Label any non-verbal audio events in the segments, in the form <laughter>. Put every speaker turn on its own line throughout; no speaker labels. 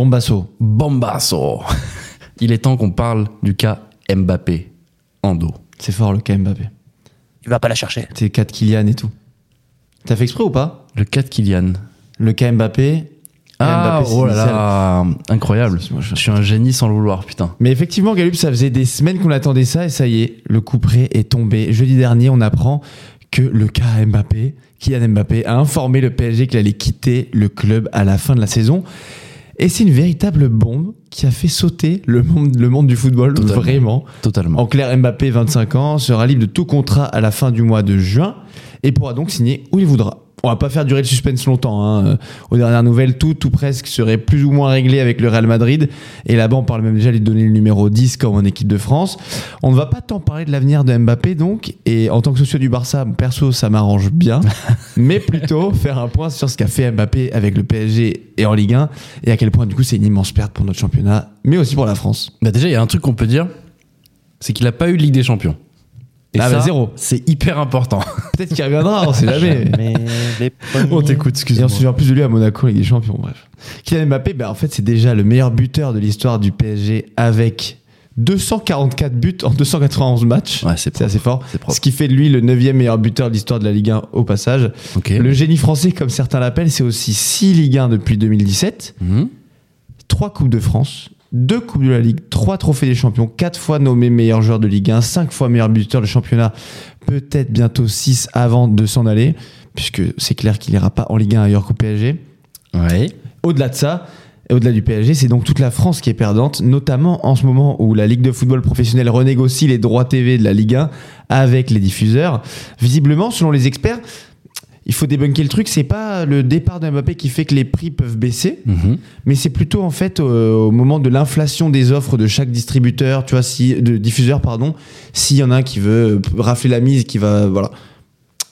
Bombasso.
Bombasso. <laughs> Il est temps qu'on parle du cas Mbappé. Endo.
C'est fort le cas Mbappé.
Tu vas pas la chercher.
T'es 4 Kylian et tout. T'as fait exprès ou pas
Le cas de Kylian.
Le cas Mbappé.
Ah,
Mbappé,
oh là
c'est
là, incroyable. Je suis un génie sans le vouloir, putain.
Mais effectivement, Galup, ça faisait des semaines qu'on attendait ça et ça y est, le coup près est tombé. Jeudi dernier, on apprend que le cas Mbappé, Kylian Mbappé, a informé le PSG qu'il allait quitter le club à la fin de la saison. Et c'est une véritable bombe qui a fait sauter le monde, le monde du football,
Totalement.
vraiment.
Totalement.
En clair, Mbappé, 25 ans, sera libre de tout contrat à la fin du mois de juin et pourra donc signer où il voudra. On va pas faire durer le suspense longtemps. hein. Euh, Aux dernières nouvelles, tout tout presque serait plus ou moins réglé avec le Real Madrid. Et là-bas, on parle même déjà de lui donner le numéro 10 comme en équipe de France. On ne va pas tant parler de l'avenir de Mbappé donc. Et en tant que socio du Barça, perso, ça m'arrange bien. mais plutôt faire un point sur ce qu'a fait Mbappé avec le PSG et en Ligue 1. Et à quel point, du coup, c'est une immense perte pour notre championnat, mais aussi pour la France.
Bah déjà, il y a un truc qu'on peut dire, c'est qu'il a pas eu de Ligue des Champions.
Ah bah zéro.
C'est hyper important.
Peut-être qu'il reviendra, on sait
<laughs>
jamais.
On t'écoute,
Et on
excuse-moi.
se souvient plus de lui à Monaco, Ligue des Champions, bref. Kylian Mbappé, bah, en fait, c'est déjà le meilleur buteur de l'histoire du PSG avec 244 buts en 291 matchs.
Ouais, c'est
c'est
propre.
assez fort.
C'est propre.
Ce qui fait de lui le 9 meilleur buteur de l'histoire de la Ligue 1 au passage.
Ok.
Le génie français, comme certains l'appellent, c'est aussi 6 Ligue 1 depuis 2017,
Mhm.
3 Coupes de France, 2 Coupes de la Ligue, 3 Trophées des Champions, 4 fois nommé meilleur joueur de Ligue 1, 5 fois meilleur buteur de championnat, peut-être bientôt 6 avant de s'en aller, puisque c'est clair qu'il n'ira pas en Ligue 1 ailleurs qu'au PSG.
Ouais.
Au-delà de ça, et au-delà du PSG, c'est donc toute la France qui est perdante, notamment en ce moment où la Ligue de football professionnel renégocie les droits TV de la Ligue 1 avec les diffuseurs. Visiblement, selon les experts, il faut débunker le truc, c'est pas le départ de Mbappé qui fait que les prix peuvent baisser,
Mhm.
mais c'est plutôt en fait euh, au moment de l'inflation des offres de chaque distributeur, tu vois, si, de diffuseur, pardon, s'il y en a un qui veut euh, rafler la mise, qui va, voilà.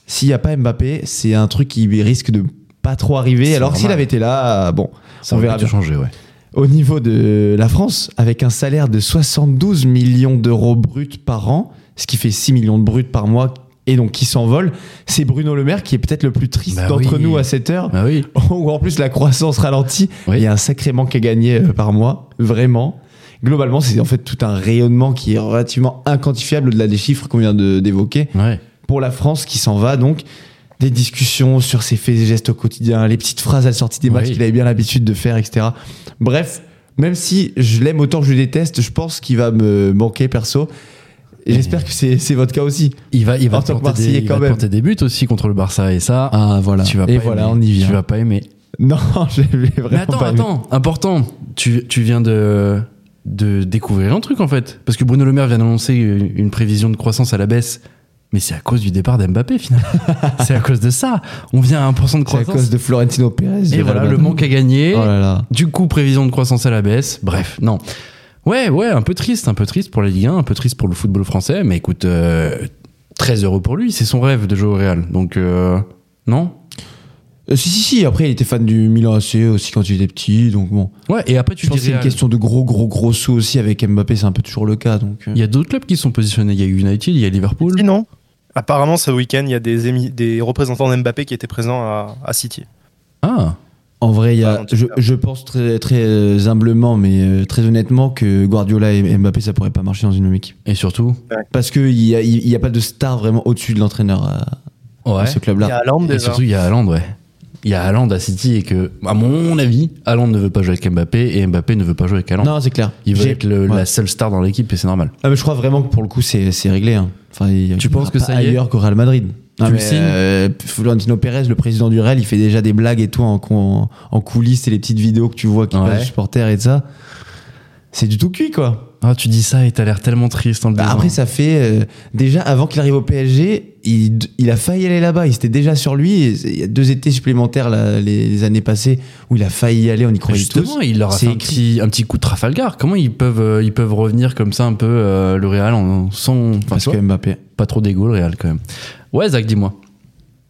S'il n'y a pas Mbappé, c'est un truc qui risque de pas trop arriver.
C'est
Alors
normal.
s'il avait été là, euh, bon,
Ça
on
aurait
verra
pu
bien.
tout changer, ouais.
Au niveau de la France, avec un salaire de 72 millions d'euros bruts par an, ce qui fait 6 millions de bruts par mois, et donc qui s'envole, c'est Bruno Le Maire qui est peut-être le plus triste
Bah
d'entre
oui.
nous à cette heure,
Bah oui.
<laughs> où en plus la croissance ralentit.
Oui.
Il y a un sacré manque à gagner euh, par mois, vraiment. Globalement, c'est en fait tout un rayonnement qui est relativement inquantifiable au-delà des chiffres qu'on vient de- d'évoquer
Ouais.
pour la France qui s'en va donc des discussions sur ses faits et gestes au quotidien, les petites phrases à la sortie des matchs
Oui.
qu'il avait bien l'habitude de faire, etc. Bref, même si je l'aime autant que je le déteste, je pense qu'il va me manquer perso. Et j'espère que c'est c'est votre cas aussi.
Il va, il va,
En tant que
porter, des,
Marseillais,
il
quand
va
même.
porter des buts aussi contre le Barça et ça.
Ah voilà.
Tu vas
et
pas
voilà,
aimer.
on y vient.
Tu vas pas aimer.
<laughs> Non, je l'ai vraiment
Mais attends,
pas aimé.
attends, important. Tu, tu viens de, de découvrir un truc en fait. Parce que Bruno Le Maire vient d'annoncer une prévision de croissance à la baisse. Mais c'est à cause du départ d'Mbappé finalement.
<laughs>
c'est à cause de ça. On vient à 1% de
C'est à
croissance.
cause de Florentino Pérez.
Et voilà, le manque à gagner.
Oh là là.
Du coup, prévision de croissance à la baisse. Bref, non. Ouais, ouais, un peu triste, un peu triste pour la Ligue 1, un peu triste pour le football français. Mais écoute, euh, très heureux pour lui. C'est son rêve de jouer au Real. Donc, euh, non
Euh, si si si. Après, il était fan du Milan AC aussi quand il était petit, donc bon.
Ouais, et après, tu
Je pense
dis
que c'est une
Real.
question de gros gros gros sous aussi avec Mbappé, c'est un peu toujours le cas donc. euh.
Il y a d'autres clubs qui sont positionnés. Il y a United, il y a Liverpool.
Sinon, apparemment, ce week-end, il y a des, émi- des représentants d'Mbappé qui étaient présents à, à City.
Ah,
En vrai, il y
Ouais,
a,
en tout
je,
cas.
je pense très, très euh, humblement, mais euh, très honnêtement, que Guardiola et Mbappé, ça pourrait pas marcher dans une même équipe.
et surtout.
Parce qu'il n'y a, il y a pas de star vraiment au-dessus de l'entraîneur à, à
Ouais.
ce
Il y a
club-là.
Haaland
ah, Et
déjà.
surtout, il y a Haaland, ouais. Il y a Haaland à City et que, à mon avis, Haaland ne veut pas jouer avec Mbappé et Mbappé ne veut pas jouer avec Haaland.
Non, c'est clair.
Il veut
J'ai-
être le-
ouais.
la seule star dans l'équipe et c'est normal.
Ah, mais je crois vraiment que pour le coup, c'est c'est réglé. hein. Enfin, il y a-
Tu
il y
penses
aura
que
pas
ça y est
ailleurs qu'au Real Madrid.
le
mais,
signes
euh, Florentino Pérez, le président du Real, il fait déjà des blagues et tout en, en, en coulisses et les petites vidéos que tu vois qui
Ouais.
passent aux supporters et de ça. C'est du tout cuit, quoi.
Ah, tu dis ça et t'as l'air tellement triste en le
Bah,
disant.
après, ça fait. euh, déjà, avant qu'il arrive au PSG, il, il a failli aller là-bas. Il s'était déjà sur lui. Et Il y a deux étés supplémentaires là, les, les années passées où il a failli y aller. On y croyait
Justement,
tous.
il leur a
C'est
fait un
écrit.
petit, un petit coup de Trafalgar. Comment ils peuvent, euh, ils peuvent revenir comme ça un peu euh, le Real en, sans. Enfin,
Parce
tu vois,
que Mbappé.
pas trop d'égo le Real quand même. Ouais, Zach, dis-moi.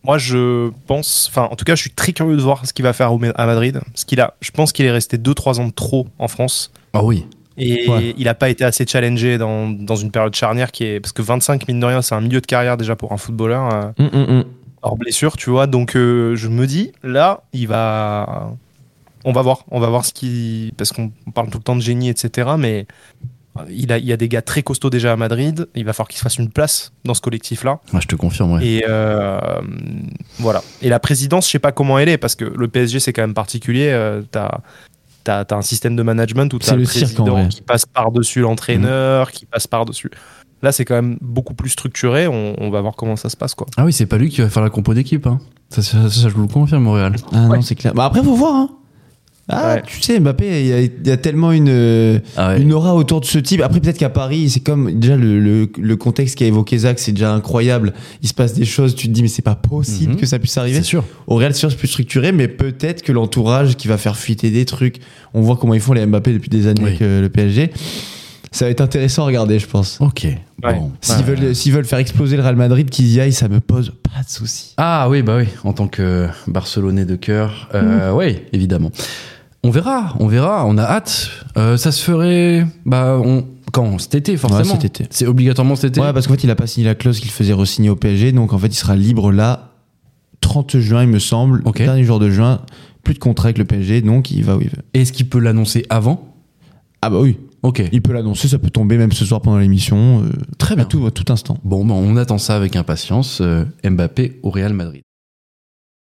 Moi, je pense, enfin, en tout cas, je suis très curieux de voir ce qu'il va faire au- à Madrid. Parce qu'il a, je pense qu'il est resté 2-3 ans de trop en France.
Ah oui.
Et
Ouais.
il n'a pas été assez challengé dans, dans une période charnière qui est. Parce que 25, mine de rien, c'est un milieu de carrière déjà pour un footballeur, euh,
Hum, hum, hum.
hors blessure, tu vois. Donc, euh, je me dis, là, il va. on va voir, on va voir ce qui, parce qu'on parle tout le temps de génie, etc. Mais euh, il, a, il y a des gars très costauds déjà à Madrid. Il va falloir qu'ils se fassent une place dans ce collectif-là.
Moi, je te confirme, ouais.
Et euh, voilà. Et la présidence, je sais pas comment elle est, parce que le PSG, c'est quand même particulier. Euh, t'as as, un système de management où
C'est
t'as le
le cirque, en
président
vrai. Mhm.
qui passe par-dessus l'entraîneur, qui passe par-dessus. Là, c'est quand même beaucoup plus structuré. On, on va voir comment ça se passe, quoi.
Ah oui, c'est pas lui qui va faire la compo d'équipe. Hein. Ça, ça, ça, je vous le confirme, Montréal.
Ah non, c'est clair. Bah après, faut voir. Hein. Ah,
Ouais.
tu sais, Mbappé, il y a- il y, a tellement une, euh,
Ah ouais.
une aura autour de ce type. Après, peut-être qu'à Paris, c'est comme déjà le, le, le contexte qu'a évoqué Zach, c'est déjà incroyable. Il se passe des choses, tu te dis, mais c'est pas possible
Mhm.
que ça puisse arriver.
C'est sûr.
Au Real, c'est sûr, c'est plus structuré, mais peut-être que l'entourage qui va faire fuiter des trucs. On voit comment ils font les Mbappé depuis des années
Oui.
avec euh, le PSG. Ça va être intéressant à regarder, je pense.
Ok.
Ouais.
Bon.
S'ils veulent, s'ils veulent faire exploser le Real Madrid, qu'ils y aillent, ça me pose pas de soucis.
Ah oui, bah oui, en tant que Barcelonais de cœur,
Mm.
euh, oui, évidemment. On verra, on verra, on a hâte. Euh, ça se ferait, bah, on, quand Cet été, forcément.
cet été.
C'est obligatoirement cet été.
Ouais, parce qu'en fait, il a pas signé la clause qu'il faisait re-signer au PSG, donc en fait, il sera libre là, 30 juin, il me semble,
Ok.
dernier jour de juin, plus de contrat avec le PSG, donc il va où il veut.
Est-ce qu'il peut l'annoncer avant
Ah bah oui,
Ok.
il peut l'annoncer, ça peut tomber même ce soir pendant l'émission, euh,
Très
à
bien.
tout, à tout instant.
Bon, bah, on attend ça avec impatience. euh, Mbappé au Real Madrid.